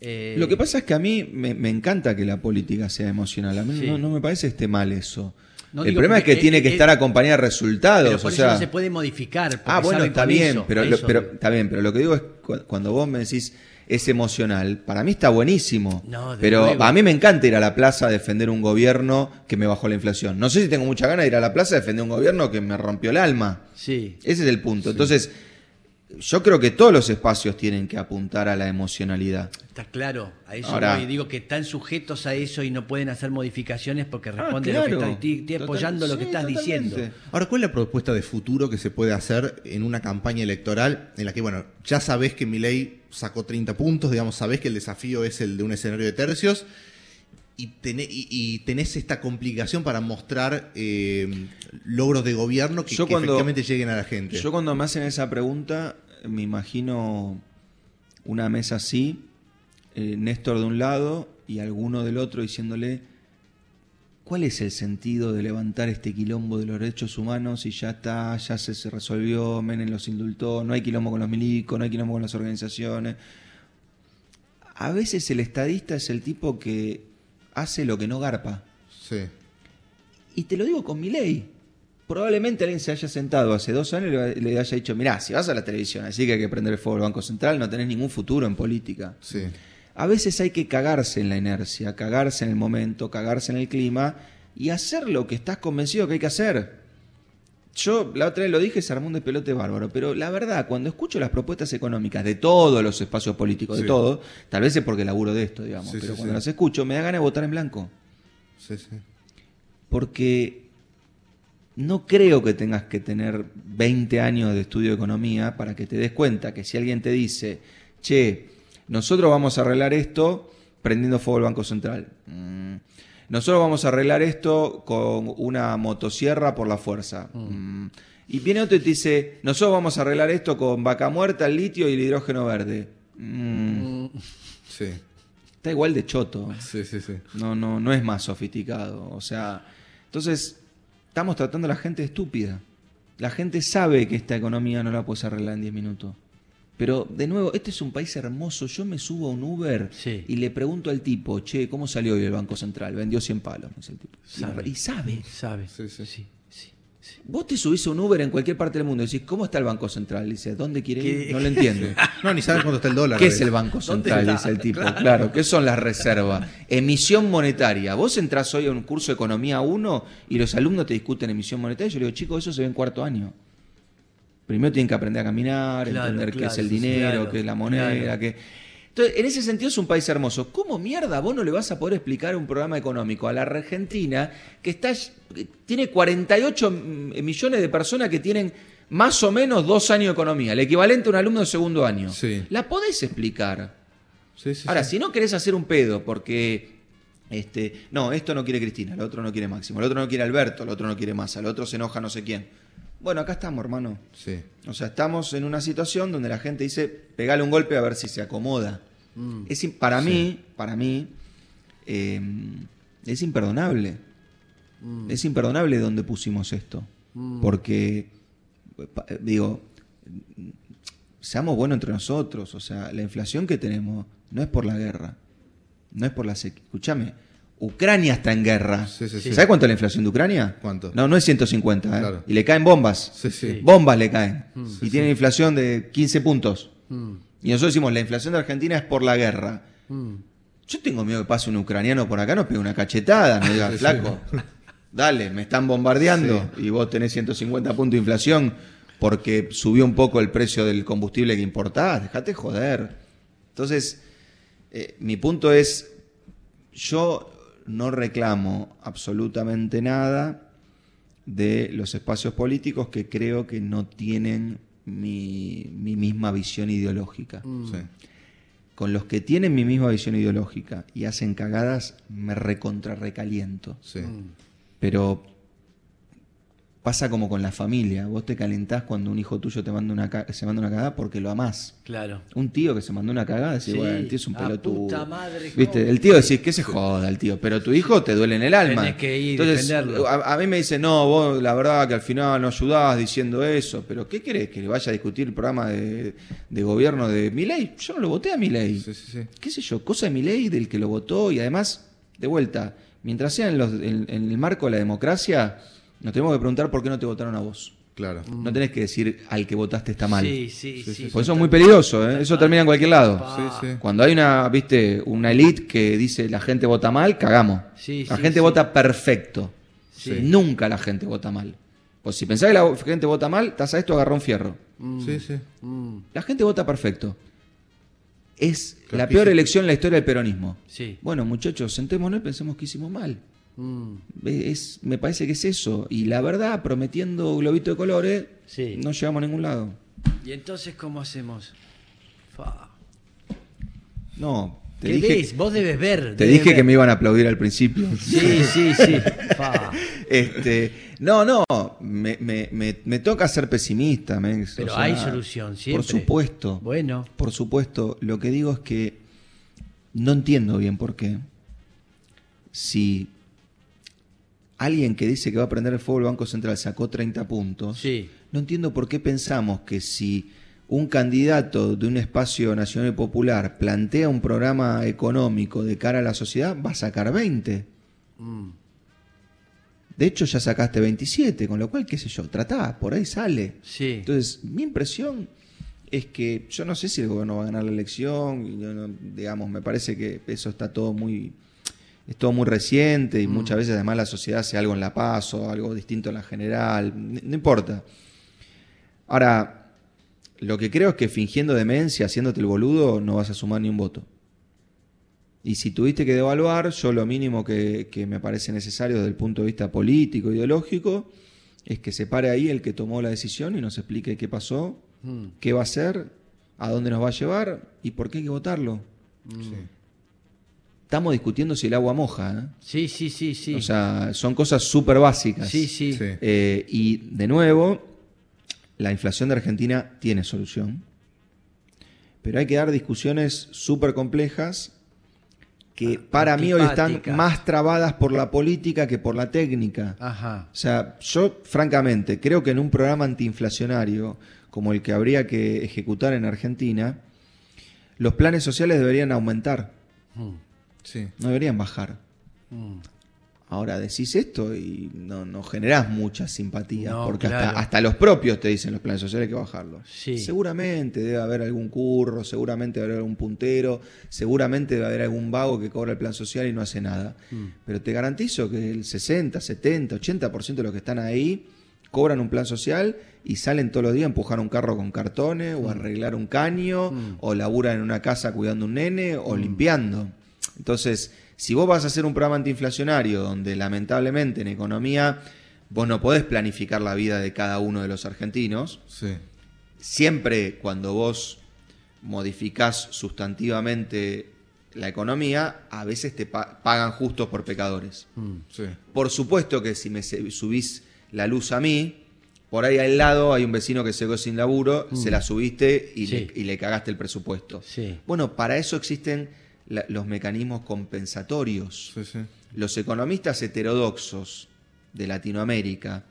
eh, Lo que pasa es que a mí me, me encanta que la política sea emocional. A mí Sí. no, no me parece esté mal eso. No, el digo, problema es que porque, tiene eh, que eh, estar acompañada de resultados. pero por o eso sea, no se puede modificar. porque ah, bueno, saben está con bien, eso, pero, a lo, eso pero- voy. está bien, pero lo que digo es cu- cuando vos me decís es emocional, para mí está buenísimo. No, de pero luego. a mí me encanta ir a la plaza a defender un gobierno que me bajó la inflación. No sé si tengo mucha ganas de ir a la plaza a defender un gobierno que me rompió el alma. Sí. Ese es el punto. Entonces, yo creo que todos los espacios tienen que apuntar a la emocionalidad. Está claro, a eso Ahora- voy. Digo que están sujetos a eso y no pueden hacer modificaciones porque responden Ah, claro. lo que estás, ti- ti- apoyando Total- lo que sí, estás totalmente. diciendo. Ahora, ¿cuál es la propuesta de futuro que se puede hacer en una campaña electoral en la que, bueno, ya sabés que Milei sacó 30 puntos, digamos, sabés que el desafío es el de un escenario de tercios y, tené- y- y tenés esta complicación para mostrar eh, logros de gobierno que, Yo que cuando- efectivamente lleguen a la gente? Yo cuando me hacen esa pregunta, me imagino una mesa así, eh, Néstor de un lado y alguno del otro diciéndole, ¿cuál es el sentido de levantar este quilombo de los derechos humanos si ya está, ya se, se resolvió, Menem los indultó, no hay quilombo con los milicos, no hay quilombo con las organizaciones? A veces el estadista es el tipo que hace lo que no garpa. Sí. Y te lo digo con mi ley. Probablemente alguien se haya sentado hace dos años y le- le haya dicho, mirá, si vas a la televisión, así que hay que prender el fuego al Banco Central, no tenés ningún futuro en política. Sí. A veces hay que cagarse en la inercia, cagarse en el momento, cagarse en el clima y hacer lo que estás convencido que hay que hacer. Yo la otra vez lo dije, se armó un despelote bárbaro, pero la verdad, cuando escucho las propuestas económicas de todos los espacios políticos, Sí. de todo, tal vez es porque laburo de esto, digamos, Sí, pero sí, cuando sí. las escucho me da ganas de votar en blanco Sí, sí. porque no creo que tengas que tener 20 años de estudio de economía para que te des cuenta que si alguien te dice, che, nosotros vamos a arreglar esto prendiendo fuego el Banco Central. Mm. Nosotros vamos a arreglar esto con una motosierra por la fuerza. Mm. Y viene otro y te dice, nosotros vamos a arreglar esto con vaca muerta, el litio y el hidrógeno verde. Mm, Sí, está igual de choto. sí, sí. sí. No, no, no es más sofisticado. O sea, entonces estamos tratando a la gente estúpida. La gente sabe que esta economía no la puedes arreglar en 10 minutos. Pero, de nuevo, este es un país hermoso. Yo me subo a un Uber Sí. y le pregunto al tipo, che, ¿cómo salió hoy el Banco Central? Vendió 100 palos, me dice el tipo. Y Sabe. re- Y sabe. ¿Sabe? Sí, sí. sí, sí, sí. Vos te subís a un Uber en cualquier parte del mundo y decís, ¿cómo está el Banco Central? Y dice, ¿dónde quiere ir? ¿Qué? No lo entiendo. No, ni sabes cuánto está el dólar. ¿Qué a es el veces. Banco ¿Dónde Central? está? Dice el tipo. Claro. ¿qué son las reservas? Emisión monetaria. Vos entrás hoy a un curso de Economía 1 y los alumnos te discuten emisión monetaria. Yo le digo, chicos, eso se ve en cuarto año. Primero tienen que aprender a caminar, Claro, entender qué claro, es el sí, dinero, claro, qué es la moneda, claro. qué... Entonces, en ese sentido es un país hermoso. ¿Cómo mierda vos no le vas a poder explicar un programa económico a la Argentina que está que tiene 48 millones de personas que tienen más o menos dos años de economía, el equivalente a un alumno de segundo año? Sí. La podés explicar. Sí, sí, Ahora, sí. si no querés hacer un pedo porque. Este, no, esto no quiere Cristina, el otro no quiere Máximo, el otro no quiere Alberto, el otro no quiere Massa, el otro se enoja no sé quién. Bueno, acá estamos, hermano. Sí. O sea, estamos en una situación donde la gente dice, pegale un golpe a ver si se acomoda. Mm. Es, im- para mí, para mí, eh, es imperdonable. Mm. Es imperdonable donde pusimos esto. Porque, pa- eh, digo, mm, seamos buenos entre nosotros. O sea, la inflación que tenemos no es por la guerra. No es por la sequía. Escúchame, Ucrania está en guerra. Sí, sí, sí. ¿Sabes cuánto es la inflación de Ucrania? ¿Cuánto? No, no es 150. ¿eh? Claro. Y le caen bombas. Sí, sí. Mm. Bombas le caen. y Sí, tienen sí. inflación de 15 puntos. Mm, Y nosotros decimos, la inflación de Argentina es por la guerra. mm. Yo tengo miedo que pase un ucraniano por acá, nos pegue una cachetada, nos diga, Sí, sí. flaco, dale, me están bombardeando y vos tenés 150 puntos de inflación porque subió un poco el precio del combustible que importás, dejate joder. Entonces, eh, mi punto es, yo no reclamo absolutamente nada de los espacios políticos que creo que no tienen mi, mi misma visión ideológica Sí. con los que tienen mi misma visión ideológica y hacen cagadas, me recontrarrecaliento. Sí. Pero pasa como con la familia. Vos te calentás cuando un hijo tuyo te manda una ca- se manda una cagada porque lo amás. Claro. Un tío que se mandó una cagada, decís, Sí, bueno, el tío es un la pelotudo. puta madre, ¿Viste? ¿cómo? El tío decís que se joda el tío, pero tu hijo te duele en el alma. Tenés que ir, Entonces, defenderlo. a, a mí me dice, no, vos la verdad que al final no ayudás diciendo eso, pero ¿qué querés? ¿Que le vaya a discutir el programa de, de gobierno de Milei? Yo no lo voté a Milei Sí, sí, sí. qué sé yo, cosa de mi ley del que lo votó y además, de vuelta, mientras sea en, los- en- en el marco de la democracia, nos tenemos que preguntar por qué no te votaron a vos. Claro. No tenés que decir al que votaste está mal. Mm. Sí, sí, sí. Porque eso es muy peligroso, ¿eh? eso termina en cualquier lado. Pa. Sí, sí. Cuando hay una, viste, una elite que dice la gente vota mal, cagamos. Sí, la sí, gente sí. vota perfecto. Sí. Nunca la gente vota mal. Pues si pensás que la gente vota mal, estás a esto agarró un fierro. Sí, sí. Mm, La gente vota perfecto. Es la Capilla. peor elección en la historia del peronismo. sí. Bueno, muchachos, sentémonos y pensemos que hicimos mal. Eh, Mm, Es, me parece que es eso. Y la verdad, prometiendo globito de colores, Sí. no llegamos a ningún lado. ¿Y entonces cómo hacemos? Fa. No, te ¿Qué dije, ves? Vos debes ver. te debes dije que ver. me iban a aplaudir al principio. Sí, sí, sí. Fa. Este, no, no, me, me- me- me toca ser pesimista. men. Pero O sea, hay solución siempre. Por supuesto. Bueno. Por supuesto, lo que digo es que no entiendo bien por qué. Si alguien que dice que va a prender el fuego el Banco Central sacó 30 puntos, Sí. no entiendo por qué pensamos que si un candidato de un espacio nacional y popular plantea un programa económico de cara a la sociedad, va a sacar 20. Mm, De hecho, ya sacaste 27, con lo cual, qué sé yo, tratá, por ahí sale. sí. Entonces, mi impresión es que yo no sé si el gobierno va a ganar la elección, y yo no- digamos, me parece que eso está todo muy es todo muy reciente y muchas veces además la sociedad hace algo en la paz o algo distinto en la general, n- no importa. Ahora, lo que creo es que fingiendo demencia, haciéndote el boludo, no vas a sumar ni un voto. Y si tuviste que devaluar, yo lo mínimo que, que me parece necesario desde el punto de vista político, ideológico, es que se pare ahí el que tomó la decisión y nos explique qué pasó, Mm, qué va a hacer, a dónde nos va a llevar y por qué hay que votarlo. Sí. Estamos discutiendo si el agua moja. ¿eh? Sí, sí, sí, sí. O sea, son cosas súper básicas. sí, sí. Sí. Eh, y de nuevo, la inflación de Argentina tiene solución. pero hay que dar discusiones súper complejas que para mí hoy están Antipáticas. Ah. más trabadas por la política que por la técnica. Ajá. O sea, yo francamente creo que en un programa antiinflacionario como el que habría que ejecutar en Argentina, los planes sociales deberían aumentar, Mm, Sí. no deberían bajar. mm. Ahora decís esto y no, no generás mucha simpatía, No, porque hasta- claro. hasta, los propios te dicen los planes sociales que bajarlos. Sí. Seguramente debe haber algún curro, seguramente debe haber algún puntero, seguramente debe haber algún vago que cobra el plan social y no hace nada. Pero te garantizo que el 60, 70, 80% de los que están ahí cobran un plan social y salen todos los días a empujar un carro con cartones o a arreglar un caño o laburan en una casa cuidando un nene o limpiando. Entonces, si vos vas a hacer un programa antiinflacionario donde lamentablemente en economía vos no podés planificar la vida de cada uno de los argentinos, Sí. siempre cuando vos modificás sustantivamente la economía, a veces te pa- pagan justos por pecadores. mm. Sí. Por supuesto que si me se- subís la luz a mí, por ahí al lado hay un vecino que se quedó sin laburo, se la subiste y, Mm. Sí. le, y le cagaste el presupuesto. Sí. Bueno, para eso existen la- los mecanismos compensatorios. Sí, sí. Los economistas heterodoxos de Latinoamérica,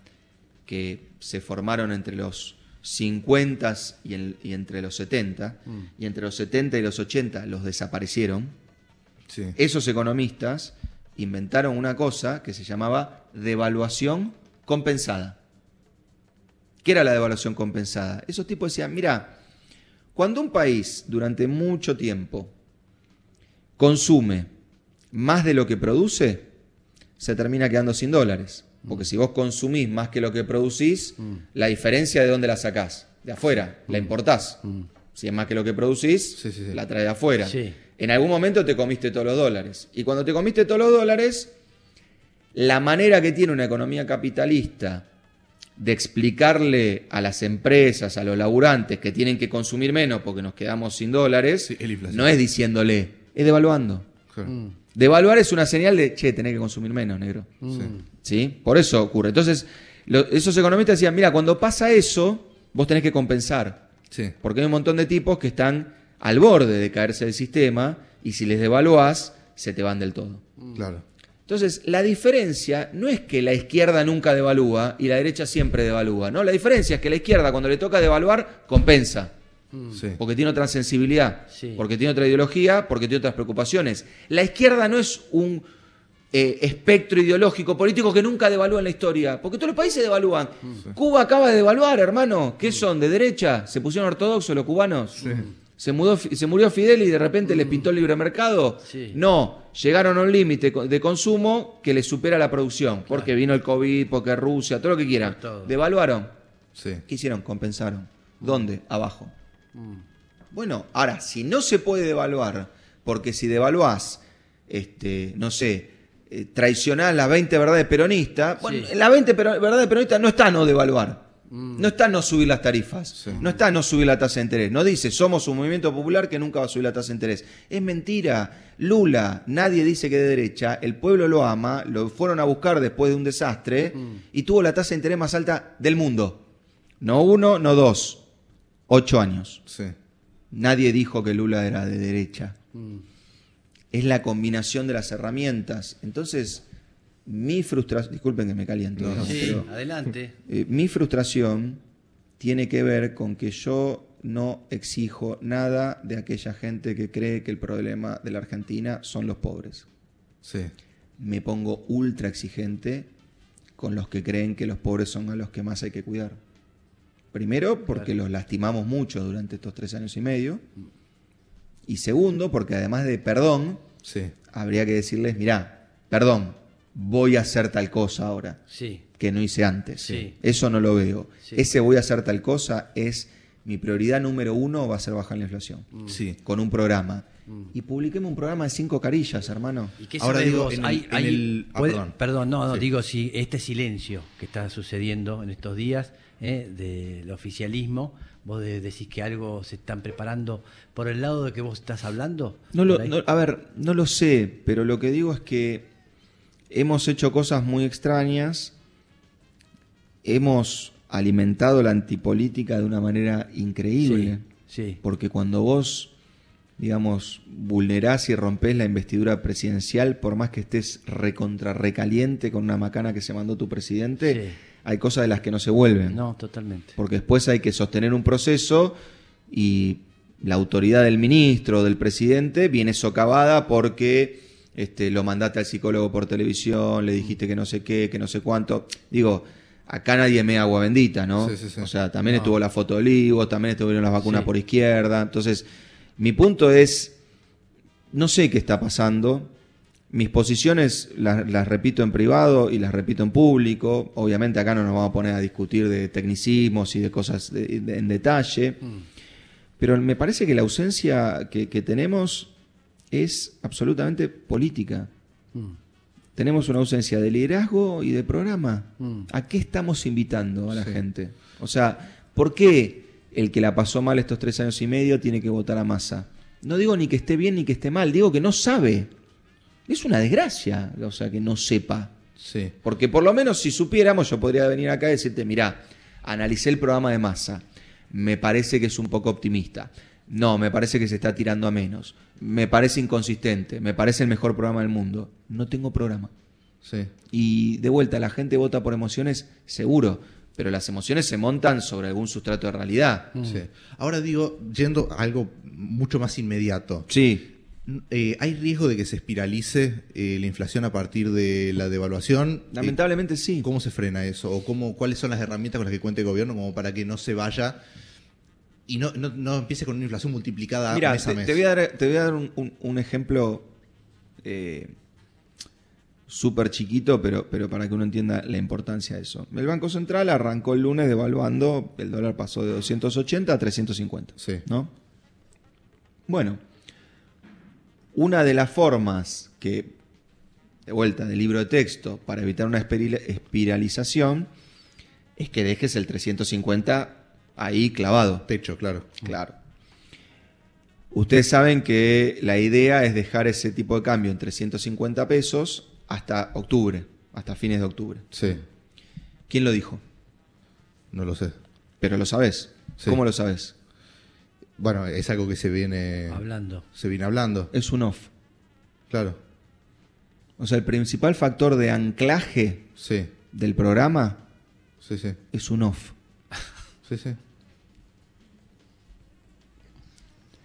que se formaron entre los 50 y, el- y entre los 70, y entre los 70 y los 80 los desaparecieron, Sí. esos economistas inventaron una cosa que se llamaba devaluación compensada. ¿Qué era la devaluación compensada? Esos tipos decían, mira, cuando un país durante mucho tiempo consume más de lo que produce, se termina quedando sin dólares. Mm. Porque si vos consumís más que lo que producís, la diferencia de dónde la sacás, de afuera, la importás. Si es más que lo que producís, Mm. Sí, sí, sí. la traes de afuera. Sí. En algún momento te comiste todos los dólares. Y cuando te comiste todos los dólares, la manera que tiene una economía capitalista de explicarle a las empresas, a los laburantes que tienen que consumir menos porque nos quedamos sin dólares, Sí, es la inflación. no es diciéndole, es devaluando. Claro. Devaluar es una señal de, che, tenés que consumir menos, negro. Sí. ¿Sí? Por eso ocurre. Entonces, lo- esos economistas decían, mira, cuando pasa eso, vos tenés que compensar. Sí. Porque hay un montón de tipos que están al borde de caerse del sistema y si les devaluás, se te van del todo. Claro. Entonces, la diferencia no es que la izquierda nunca devalúa y la derecha siempre devalúa. No, la diferencia es que la izquierda cuando le toca devaluar, compensa. Sí. Porque tiene otra sensibilidad, Sí. porque tiene otra ideología, porque tiene otras preocupaciones. La izquierda no es un eh, espectro ideológico político que nunca devalúa en la historia, porque todos los países devalúan. Cuba acaba de devaluar, hermano. ¿Qué son? ¿De derecha? ¿Se pusieron ortodoxos los cubanos? ¿Se, mudó, Fi- ¿Se murió Fidel y de repente les pintó el libre mercado? Mm. Sí. No, llegaron a un límite co- de consumo que les supera la producción, porque vino el COVID, porque Rusia, todo lo que quieran. Por todo. Devaluaron. Sí. ¿Qué hicieron? Compensaron. ¿Dónde? Abajo. Mm. Bueno, ahora, si no se puede devaluar, porque si devaluás, este, no sé, eh, traicionás las 20 verdades peronistas, bueno, Sí. Mm. en las 20 pero- verdades peronistas no está no devaluar. No está no subir las tarifas, Sí. no está no subir la tasa de interés, no dice somos un movimiento popular que nunca va a subir la tasa de interés. Es mentira, Lula, nadie dice que de derecha, el pueblo lo ama, lo fueron a buscar después de un desastre y tuvo la tasa de interés más alta del mundo. No uno, no dos, ocho años. Sí. Nadie dijo que Lula era de derecha. Mm. Es la combinación de las herramientas. Entonces, mi frustración. Disculpen que me caliento. No, ¿no? Sí, Pero, adelante. eh, mi frustración tiene que ver con que yo no exijo nada de aquella gente que cree que el problema de la Argentina son los pobres. Sí. Me pongo ultra exigente con los que creen que los pobres son a los que más hay que cuidar. Primero, porque los lastimamos mucho durante estos tres años y medio. Y segundo, porque además de perdón, Sí. habría que decirles, mirá, perdón, voy a hacer tal cosa ahora Sí. que no hice antes. Sí. Eso no lo veo. Sí. Ese voy a hacer tal cosa es mi prioridad número uno va a ser bajar la inflación. Sí. Con un programa. Y publiquemos un programa de cinco carillas, hermano. ¿Y qué Ahora sabés digo, vos? en el- Hay- en hay- el- ah, puede- perdón. perdón. no, no, Sí. digo si este silencio que está sucediendo en estos días eh, del oficialismo, vos de- decís que algo se están preparando por el lado de que vos estás hablando. No lo- por ahí. no- a ver, no lo sé, pero lo que digo es que hemos hecho cosas muy extrañas, hemos alimentado la antipolítica de una manera increíble. Sí. Sí. Porque cuando vos, digamos, vulnerás y rompés la investidura presidencial, por más que estés recontra recaliente con una macana que se mandó tu presidente, Sí. hay cosas de las que no se vuelven. No, totalmente. Porque después hay que sostener un proceso y la autoridad del ministro, del presidente, viene socavada porque este, lo mandaste al psicólogo por televisión, le dijiste que no sé qué, que no sé cuánto. Digo, acá nadie me agua bendita, ¿no? Sí, sí, sí. O sea, también No. estuvo la foto de Olivos, también estuvieron las vacunas Sí. por izquierda. Entonces, mi punto es, no sé qué está pasando. Mis posiciones las, las repito en privado y las repito en público. Obviamente acá no nos vamos a poner a discutir de tecnicismos y de cosas de- de- en detalle. Pero me parece que la ausencia que, que tenemos es absolutamente política. Mm. Tenemos una ausencia de liderazgo y de programa. Mm. ¿A qué estamos invitando a la Sí. gente? O sea, ¿por qué el que la pasó mal estos tres años y medio tiene que votar a masa? No digo ni que esté bien ni que esté mal, digo que no sabe. Es una desgracia, o sea, que no sepa. Sí. Porque por lo menos si supiéramos, yo podría venir acá y decirte, mirá, analicé el programa de masa, me parece que es un poco optimista. No, me parece que se está tirando a menos. Me parece inconsistente. Me parece el mejor programa del mundo. No tengo programa. Sí. Y de vuelta, la gente vota por emociones, seguro, pero las emociones se montan sobre algún sustrato de realidad. Sí. Ahora digo, yendo a algo mucho más inmediato, Sí, eh, ¿hay riesgo de que se espiralice eh, la inflación a partir de la devaluación? Eh, lamentablemente sí. ¿Cómo se frena eso? ¿O cómo, cuáles son las herramientas con las que cuenta el gobierno como para que no se vaya y no, no, no empiece con una inflación multiplicada Mira, mes a te, mes? te voy a dar, te voy a dar un, un- un ejemplo eh, súper chiquito, pero, pero para que uno entienda la importancia de eso. El Banco Central arrancó el lunes devaluando, el dólar pasó de 280 a 350. Sí. ¿no? Bueno, una de las formas que, de vuelta del libro de texto, para evitar una espirila- espiralización, es que dejes el 350 ahí clavado. Techo, claro. Claro. Ustedes saben que la idea es dejar ese tipo de cambio en 350 pesos hasta octubre, hasta fines de octubre. Sí, ¿Quién lo dijo? no lo sé. Pero lo sabes. Sí. ¿Cómo lo sabes? Bueno, es algo que se viene Hablando. se viene hablando, Es un off. claro. O sea, el principal factor de anclaje Sí, del programa sí, sí, es un off. sí, sí.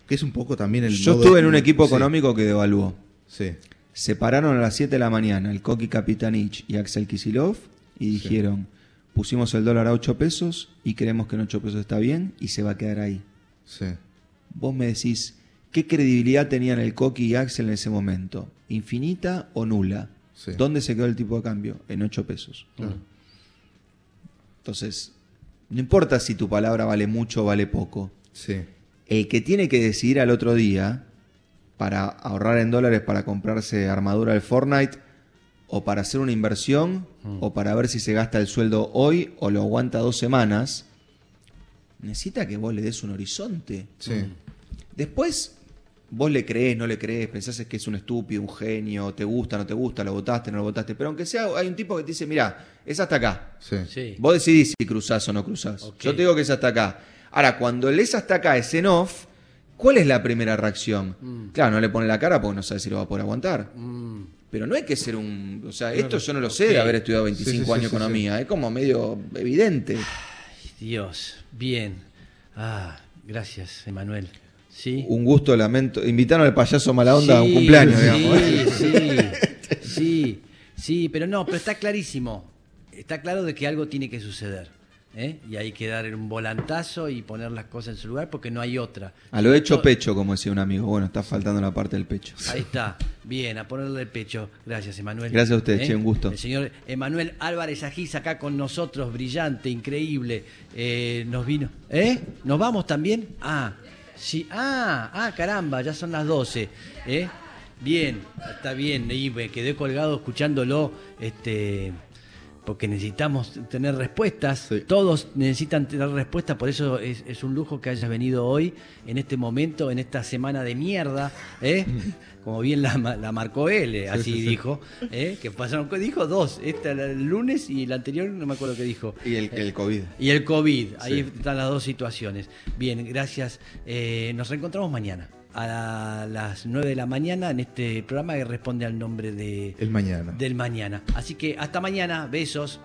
Que es un poco también el Yo modo- estuve en un equipo Sí, económico que devaluó. Sí, Se pararon a las 7 de la mañana el Koki Kapitanich y Axel Kisilov y dijeron, pusimos el dólar a 8 pesos y creemos que en 8 pesos está bien y se va a quedar ahí. sí, Vos me decís, ¿qué credibilidad tenían el Coqui y Axel en ese momento? ¿Infinita o nula? Sí. ¿Dónde se quedó el tipo de cambio? En 8 pesos. Mm, Entonces, no importa si tu palabra vale mucho o vale poco. sí, El que tiene que decidir al otro día para ahorrar en dólares para comprarse armadura del Fortnite o para hacer una inversión o para ver si se gasta el sueldo hoy o lo aguanta dos semanas, necesita que vos le des un horizonte. sí. Después, vos le crees, no le crees, pensás que es un estúpido, un genio, te gusta, no te gusta, lo votaste, no lo votaste. Pero aunque sea, hay un tipo que te dice, mirá, es hasta acá. Sí. Sí. Vos decidís si cruzás o no cruzás. Ok. Yo te digo que es hasta acá. Ahora, cuando el es hasta acá es en off, ¿cuál es la primera reacción? Claro, no le pone la cara porque no sabe si lo va a poder aguantar. Mm, Pero no hay que ser un... O sea, esto yo no lo sé de haber estudiado 25 Sí, sí, sí, años sí, sí. economía. Es como medio evidente. Dios. Bien. Ah, gracias, Emanuel. Sí. Un gusto, lamento. Invitaron al payaso mala onda a un Sí, cumpleaños, sí, digamos. ¿eh? Sí, sí, sí, pero no, pero está clarísimo. Está claro de que algo tiene que suceder. ¿eh? Y hay que dar un volantazo y poner las cosas en su lugar porque no hay otra. A lo hecho pecho, como decía un amigo. Bueno, está faltando la parte del pecho. Ahí está, bien, a ponerle el pecho. Gracias, Emanuel. ¿Eh? Gracias a usted, che, un gusto. El señor Emanuel Álvarez Ajiz acá con nosotros, brillante, increíble. Eh, nos vino. ¿Eh? ¿Nos vamos también? Ah, sí, ah, ah, caramba, ya son las 12. ¿eh? Bien, está bien, y me quedé colgado escuchándolo. Este. porque necesitamos tener respuestas, Sí. todos necesitan tener respuestas, por eso es, es un lujo que hayas venido hoy, en este momento, en esta semana de mierda, ¿eh? como bien la, ma- la marcó él, así sí, sí. dijo, ¿eh? que pasaron, dijo dos, esta la- el lunes y el anterior, no me acuerdo qué dijo. Y el, el COVID. Y el COVID, ahí Sí. están las dos situaciones. Bien, gracias. Eh, nos reencontramos mañana a las 9 de la mañana en este programa que responde al nombre de, El mañana. del mañana. Así que hasta mañana, besos.